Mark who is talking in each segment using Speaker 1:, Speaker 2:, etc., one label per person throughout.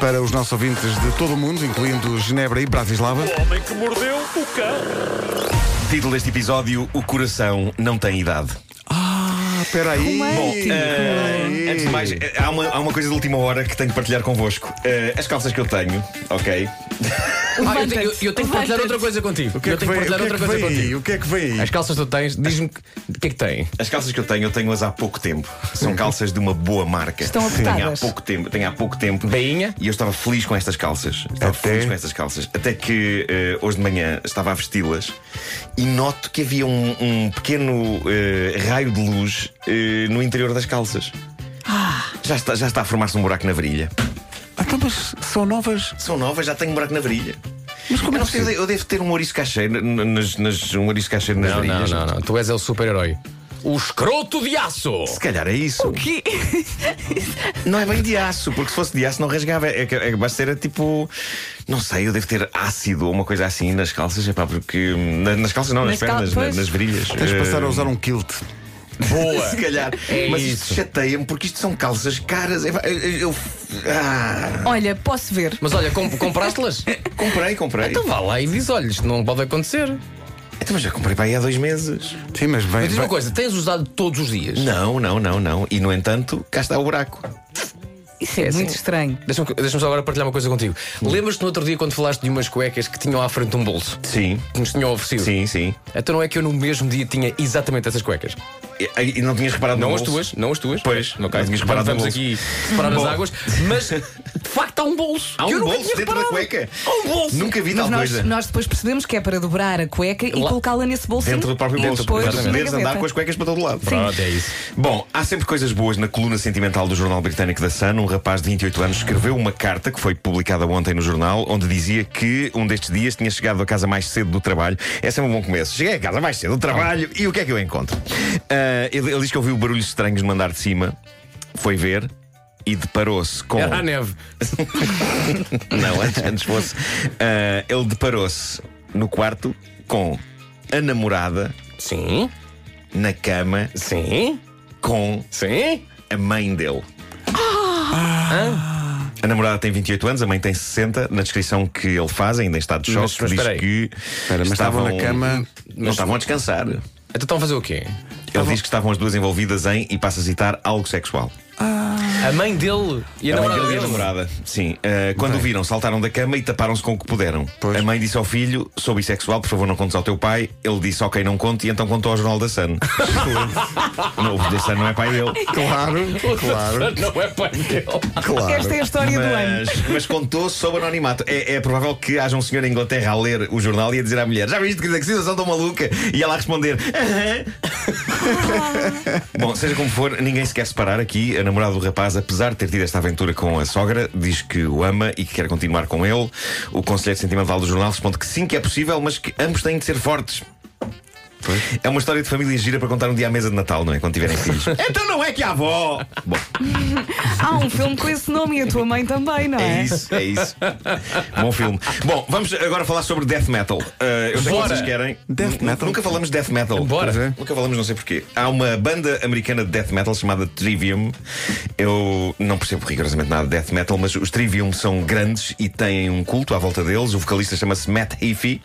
Speaker 1: para os nossos ouvintes de todo o mundo, incluindo Genebra e Bratislava. Ah,
Speaker 2: O homem que mordeu o cão.
Speaker 3: Título deste episódio: O coração não tem idade.
Speaker 1: Ah, espera aí.
Speaker 3: Bom,
Speaker 1: Espera
Speaker 3: eh,
Speaker 1: aí.
Speaker 3: antes de mais, eh, há uma, há uma coisa de última hora que tenho de partilhar convosco. Eh, as calças que eu tenho, ok?
Speaker 4: Ah, eu, tenho, eu- eu tenho que partilhar
Speaker 5: Levanta-te.
Speaker 4: outra coisa contigo.
Speaker 1: o que é
Speaker 4: eu
Speaker 1: que
Speaker 4: tenho que
Speaker 1: vem, o que
Speaker 4: partilhar
Speaker 1: é
Speaker 4: outra
Speaker 1: que
Speaker 4: coisa
Speaker 1: vem aí?
Speaker 4: contigo.
Speaker 1: O que é que vem aí?
Speaker 4: As calças que tu tens, diz-me que- o que é que tem.
Speaker 3: As calças que eu tenho, eu tenho-as há pouco tempo. São calças de uma boa marca.
Speaker 5: Estão
Speaker 3: Tenho há
Speaker 5: apertadas.
Speaker 3: pouco tempo. Tenho há pouco tempo.
Speaker 4: Bainha?
Speaker 3: E eu estava feliz com estas calças. Estava
Speaker 1: Até?
Speaker 3: feliz com estas calças. Até que eh, hoje de manhã estava a vesti-las e noto que havia um, um pequeno eh, raio de luz eh, no interior das calças. Já está, já está a formar-se um buraco na varilha.
Speaker 1: Ah, então, mas são novas.
Speaker 3: São novas, já tenho um buraco na varilha.
Speaker 1: Mas como
Speaker 3: eu
Speaker 1: é
Speaker 3: não sei, eu
Speaker 1: possível?
Speaker 3: de- eu devo ter um ouriço cacheiro n- nas, nas, um ouriço cacheiro nas
Speaker 4: Não, não,
Speaker 3: varilhas.
Speaker 4: não, não. Tu és é o super-herói. O escroto de aço!
Speaker 3: Se calhar é isso.
Speaker 5: Que...
Speaker 3: Não é bem de aço, porque se fosse de aço não rasgava. É, que- é, que basta ser tipo. Não sei, eu devo ter ácido ou uma coisa assim nas calças. Epá, porque, hum, na- nas calças não, nas,
Speaker 5: Nas cal-
Speaker 3: pernas, na-
Speaker 5: pois.
Speaker 3: nas virilhas.
Speaker 1: Tens de passar a
Speaker 3: Eh,
Speaker 1: usar um kilt.
Speaker 4: Boa!
Speaker 3: Se calhar.
Speaker 4: É
Speaker 3: Mas isto
Speaker 4: isso.
Speaker 3: chateia-me porque isto são calças caras. Epá, Eu, eu- ah,
Speaker 5: Olha, posso ver.
Speaker 4: Mas olha, com- compraste-las?
Speaker 3: comprei, comprei.
Speaker 4: Então vá lá e diz: olha, isto não pode acontecer.
Speaker 3: Então, mas já comprei para aí há dois meses.
Speaker 1: Sim, mas vem.
Speaker 4: Mas diz uma
Speaker 1: vem-
Speaker 4: coisa: tens usado todos os dias?
Speaker 3: Não, não, não, não. E no entanto, cá está o buraco.
Speaker 5: Isso é, muito estranho.
Speaker 4: Deixa-me deixa só agora partilhar uma coisa contigo. Lembras-te no outro dia quando falaste de umas cuecas que tinham à frente um bolso?
Speaker 3: Sim,
Speaker 4: Que nos tinham oferecido?
Speaker 3: sim, sim.
Speaker 4: Então não é que eu no mesmo dia tinha exatamente essas cuecas?
Speaker 3: E, e não tinhas reparado
Speaker 4: Não
Speaker 3: no
Speaker 4: as
Speaker 3: bolso?
Speaker 4: tuas, não as tuas.
Speaker 3: Pois,
Speaker 4: no caso,
Speaker 3: não tinhas reparado
Speaker 4: estamos
Speaker 3: no bolso.
Speaker 4: aqui separar as águas, mas de facto há um bolso.
Speaker 3: Há
Speaker 4: que eu
Speaker 3: um
Speaker 4: nunca
Speaker 3: bolso
Speaker 4: tinha
Speaker 3: dentro da
Speaker 4: reparado.
Speaker 3: cueca.
Speaker 4: Há um bolso.
Speaker 3: Nunca vi
Speaker 5: Mas
Speaker 3: tal
Speaker 5: nós,
Speaker 3: coisa.
Speaker 5: nós depois percebemos que é para dobrar a cueca e
Speaker 4: Lá-
Speaker 5: colocá-la nesse bolsinho.
Speaker 3: Dentro do próprio
Speaker 5: e
Speaker 3: bolso,
Speaker 5: depois
Speaker 3: para
Speaker 5: na
Speaker 3: poderes
Speaker 5: gaveta.
Speaker 3: andar com as cuecas para todo lado.
Speaker 4: Pronto, é isso.
Speaker 3: Bom, há sempre coisas boas na coluna sentimental do jornal britânico da Sun. Um rapaz de 28 anos escreveu uma carta que foi publicada ontem no jornal, onde dizia que um destes dias tinha chegado a casa mais cedo do trabalho. Esse é um bom começo. Cheguei a casa mais cedo do trabalho e o que é que eu encontro? Ah, ele, ele diz que ouviu barulhos estranhos no andar de cima, foi ver e deparou-se com.
Speaker 4: Era a neve.
Speaker 3: Não, antes, antes fosse. Ah, ele deparou-se no quarto com a namorada
Speaker 4: Sim,
Speaker 3: na cama
Speaker 4: sim,
Speaker 3: com
Speaker 4: sim.
Speaker 3: a mãe dele. A namorada tem 28 anos, a mãe tem 60. Na descrição que ele faz, ainda em estado de
Speaker 4: Mas-
Speaker 3: choque,
Speaker 4: mas
Speaker 3: diz
Speaker 4: espera aí.
Speaker 3: que
Speaker 1: mas estavam na cama-
Speaker 3: Não estavam a descansar. Ele
Speaker 4: Então estão a fazer o quê?
Speaker 3: diz que estavam as duas envolvidas em, e passa a citar, algo sexual.
Speaker 4: A mãe dele e a,
Speaker 3: A mãe
Speaker 4: namorada
Speaker 3: dele e a
Speaker 4: dele.
Speaker 3: namorada. Sim. Ah, quando o viram, saltaram da cama e taparam-se com o que puderam.
Speaker 1: Pois.
Speaker 3: A mãe disse ao filho: sou bissexual, por favor, não contes ao teu pai. Ele disse: ok, não conte, e então contou ao jornal da Sun. não, o da Sun não é pai dele.
Speaker 1: Claro, claro,
Speaker 4: Não é pai dele.
Speaker 5: Esta
Speaker 1: claro.
Speaker 5: é a história do ano.
Speaker 3: Mas, mas contou sob anonimato. É, é provável que haja um senhor em Inglaterra a ler o jornal e a dizer à mulher: Já viste que que situação tão maluca? E ela a responder: "Aham." Bom, seja como for, ninguém se quer separar aqui. A namorada do rapaz, apesar de ter tido esta aventura com a sogra, diz que o ama e que quer continuar com ele. O conselheiro sentimental do jornal responde que sim, que é possível, mas que ambos têm de ser fortes. É uma história de família gira para contar um dia à mesa de Natal, não é? Quando tiverem filhos. então não é que a avó! Bom.
Speaker 5: Há um filme com esse nome e a tua mãe também, não é?
Speaker 3: É isso, é isso. Bom filme. Bom, vamos agora falar sobre death metal. Uh, eu sei
Speaker 4: Bora.
Speaker 3: que vocês querem.
Speaker 1: Death
Speaker 3: N-
Speaker 1: metal.
Speaker 3: Nunca falamos de death metal.
Speaker 4: Bora.
Speaker 3: Pois é. Nunca falamos, não sei porquê. Há uma banda americana de death metal chamada Trivium. Eu não percebo rigorosamente nada de death metal, mas os Trivium são grandes e têm um culto à volta deles. O vocalista chama-se Matt Heafy.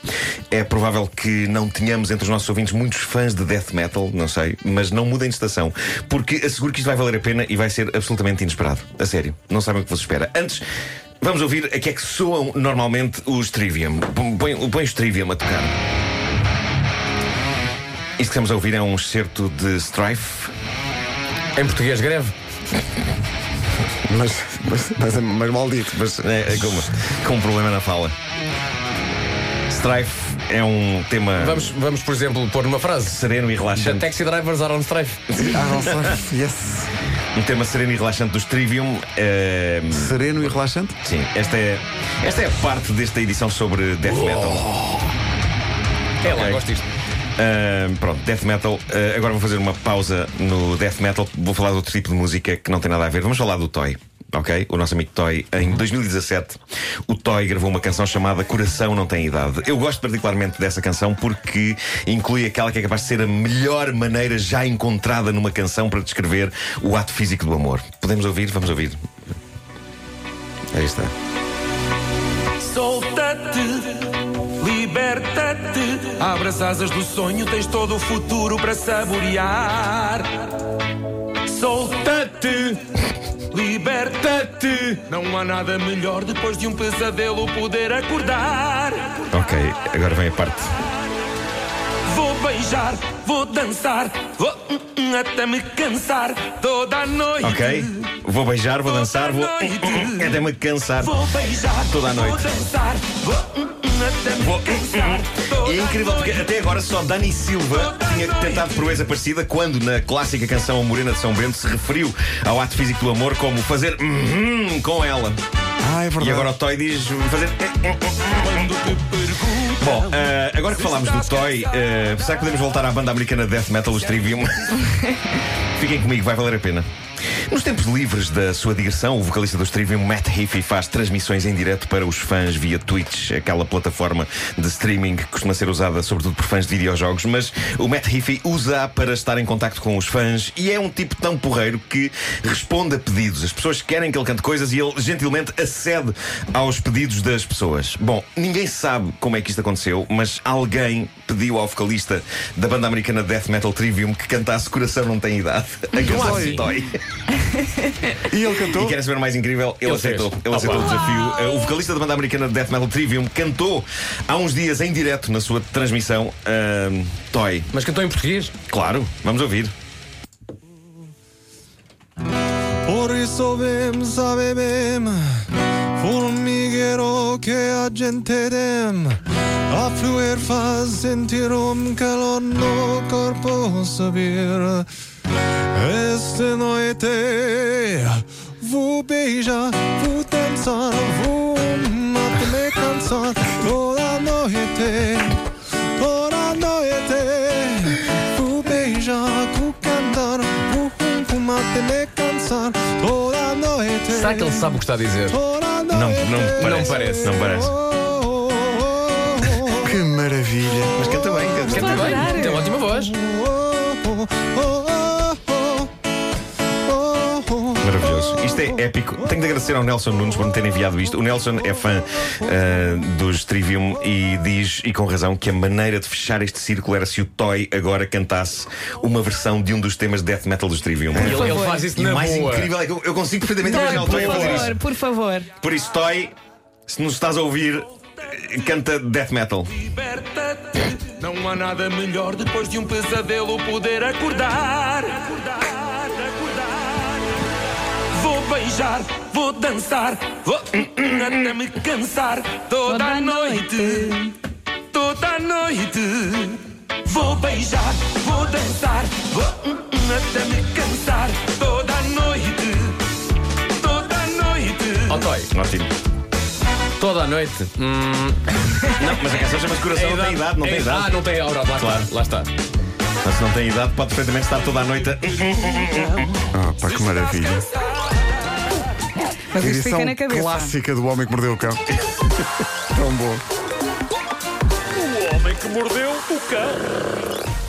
Speaker 3: É provável que não tenhamos entre os nossos ouvintes muitos fãs de death metal, não sei, mas não mudem de estação, porque asseguro que isto vai valer a pena e vai ser absolutamente inesperado. A sério, não sabem o que vos espera. Antes. Vamos ouvir a que é que soam normalmente os Trivium. Põe, põe os Trivium a tocar. Isto que estamos a ouvir é um excerto de Strife.
Speaker 4: Em português, greve.
Speaker 5: é-
Speaker 1: Mas, mas, mas, é- mas maldito.
Speaker 3: Mas é, é com, com um problema na fala. Strife é um tema
Speaker 4: Vamos, vamos, por exemplo, pôr numa frase.
Speaker 3: sereno e
Speaker 4: The
Speaker 3: relaxante.
Speaker 4: taxi drivers are on strife.
Speaker 1: Ah, não sei. Yes.
Speaker 3: Um tema sereno e relaxante dos Trivium. Eh,
Speaker 1: Sereno e relaxante.
Speaker 3: sim, esta é, esta é a parte desta edição sobre death metal.
Speaker 4: É lá,
Speaker 3: Ok.
Speaker 4: gosto disto.
Speaker 3: Ahm, pronto, death metal. Ah, agora vou fazer uma pausa no death metal. Vou falar de outro tipo de música que não tem nada a ver. Vamos falar do Toy. Ok? O nosso amigo Toy, em 2017, o Toy gravou uma canção chamada Coração Não Tem Idade. Eu gosto particularmente dessa canção porque inclui aquela que é capaz de ser a melhor maneira já encontrada numa canção para descrever o ato físico do amor. Podemos ouvir? Vamos ouvir. Aí está.
Speaker 2: Solta-te, liberta-te. Abra as asas do sonho, tens todo o futuro para saborear. Solta-te, liberta-te. Não há nada melhor depois de um pesadelo poder acordar.
Speaker 3: Ok, agora vem a parte.
Speaker 2: Vou beijar, vou dançar, vou hum, hum, até me cansar toda a noite.
Speaker 3: Ok? Vou beijar, vou dançar, vou. É, Até me cansar.
Speaker 2: Vou beijar
Speaker 3: Toda a noite.
Speaker 2: Vou dançar, vou hum, hum, até me
Speaker 3: Vou-
Speaker 2: cansar toda
Speaker 3: E é incrível
Speaker 2: a
Speaker 3: porque
Speaker 2: noite.
Speaker 3: até agora só Dani Silva tinha tentado proeza parecida quando na clássica canção A Morena de São Bento se referiu ao ato físico do amor como fazer uhum com ela.
Speaker 1: Ah, é verdade.
Speaker 3: E agora o Toy diz fazer. Bom, eh, agora que falámos do Toy, eh, será que podemos voltar à banda americana de Death Metal, os Trivium? Fiquem comigo, vai valer a pena. Nos tempos livres da sua digressão, o vocalista dos Trivium, Matt Heafy, faz transmissões em direto para os fãs via Twitch, aquela plataforma de streaming que costuma ser usada sobretudo por fãs de videojogos, mas o Matt Heafy usa-a para estar em contacto com os fãs e é um tipo tão porreiro que responde a pedidos. As pessoas querem que ele cante coisas e ele gentilmente acede aos pedidos das pessoas. Bom, ninguém sabe como é que isto aconteceu, mas alguém pediu ao vocalista da banda americana Death Metal Trivium que cantasse Coração Não Tem Idade. A canção
Speaker 1: assim?
Speaker 3: dói.
Speaker 1: E ele
Speaker 3: E
Speaker 1: cantou.
Speaker 3: querem saber o mais incrível? Ele,
Speaker 4: Ele
Speaker 3: aceitou.
Speaker 4: fez.
Speaker 3: Ele aceitou o desafio. Uh, O vocalista da banda americana de Death Metal Trivium cantou há uns dias em direto na sua transmissão ahm, Toy.
Speaker 4: Mas cantou em português?
Speaker 3: Claro, vamos ouvir.
Speaker 6: Por eso ven, sabe, ven, formiguero que a gente dem, a fluir faz sentir un calor no corpo subir. Esta noite vou beijar, vou dançar, vou até me cansar toda noite, toda noite. Vou beijar, vou cantar, vou fumar até me cansar toda noite.
Speaker 4: Será que ele sabe o que está a dizer?
Speaker 6: Toda
Speaker 3: Não,
Speaker 6: noite.
Speaker 3: não parece.
Speaker 4: parece.
Speaker 3: Não parece.
Speaker 6: Oh, oh, oh,
Speaker 1: Que maravilha.
Speaker 3: Mas canta bem, canta
Speaker 5: Estou a adorar.
Speaker 4: Tem uma ótima voz.
Speaker 6: oh, oh, oh, oh, oh, oh.
Speaker 3: Maravilhoso. Isto é épico. Tenho de agradecer ao Nelson Nunes por me ter enviado isto. O Nelson é fã ah, dos Trivium e diz, e com razão, que a maneira de fechar este círculo era se o Toy agora cantasse uma versão de um dos temas de death metal dos Trivium.
Speaker 4: Ele, ele
Speaker 5: favor.
Speaker 4: faz isso
Speaker 3: E
Speaker 4: É. na
Speaker 3: o mais
Speaker 4: boa.
Speaker 3: incrível é que eu, eu consigo perfeitamente imaginar o
Speaker 5: por
Speaker 3: Toy a fazer
Speaker 5: favor,
Speaker 3: isso.
Speaker 5: por favor.
Speaker 3: Por isso, Toy, se nos estás a ouvir, eh, canta death metal.
Speaker 2: Liberta-te. Não há nada melhor depois de um pesadelo poder acordar. Acordar, acordar. Vou beijar, vou dançar, vou hum, até me cansar toda a noite. Toda a noite. Vou beijar, vou dançar, vou hum, até me cansar toda a noite. Toda a noite.
Speaker 4: Ó, Toy,
Speaker 3: Ótimo.
Speaker 4: toda a noite. Hum,
Speaker 3: Não, mas a canção chama-se Coração Não Tem Idade, não
Speaker 4: é
Speaker 3: tem idade.
Speaker 4: Ah, não tem aura. Lá
Speaker 3: Claro.
Speaker 4: está. Lá está.
Speaker 3: Mas se não tem idade, pode perfeitamente estar toda a noite. a-
Speaker 1: Ah, pá, que maravilha.
Speaker 5: Mas isto
Speaker 1: Edição
Speaker 5: fica na cabeça.
Speaker 1: clássica do Homem que Mordeu o Cão. Tão bom.
Speaker 2: O homem que mordeu o cão.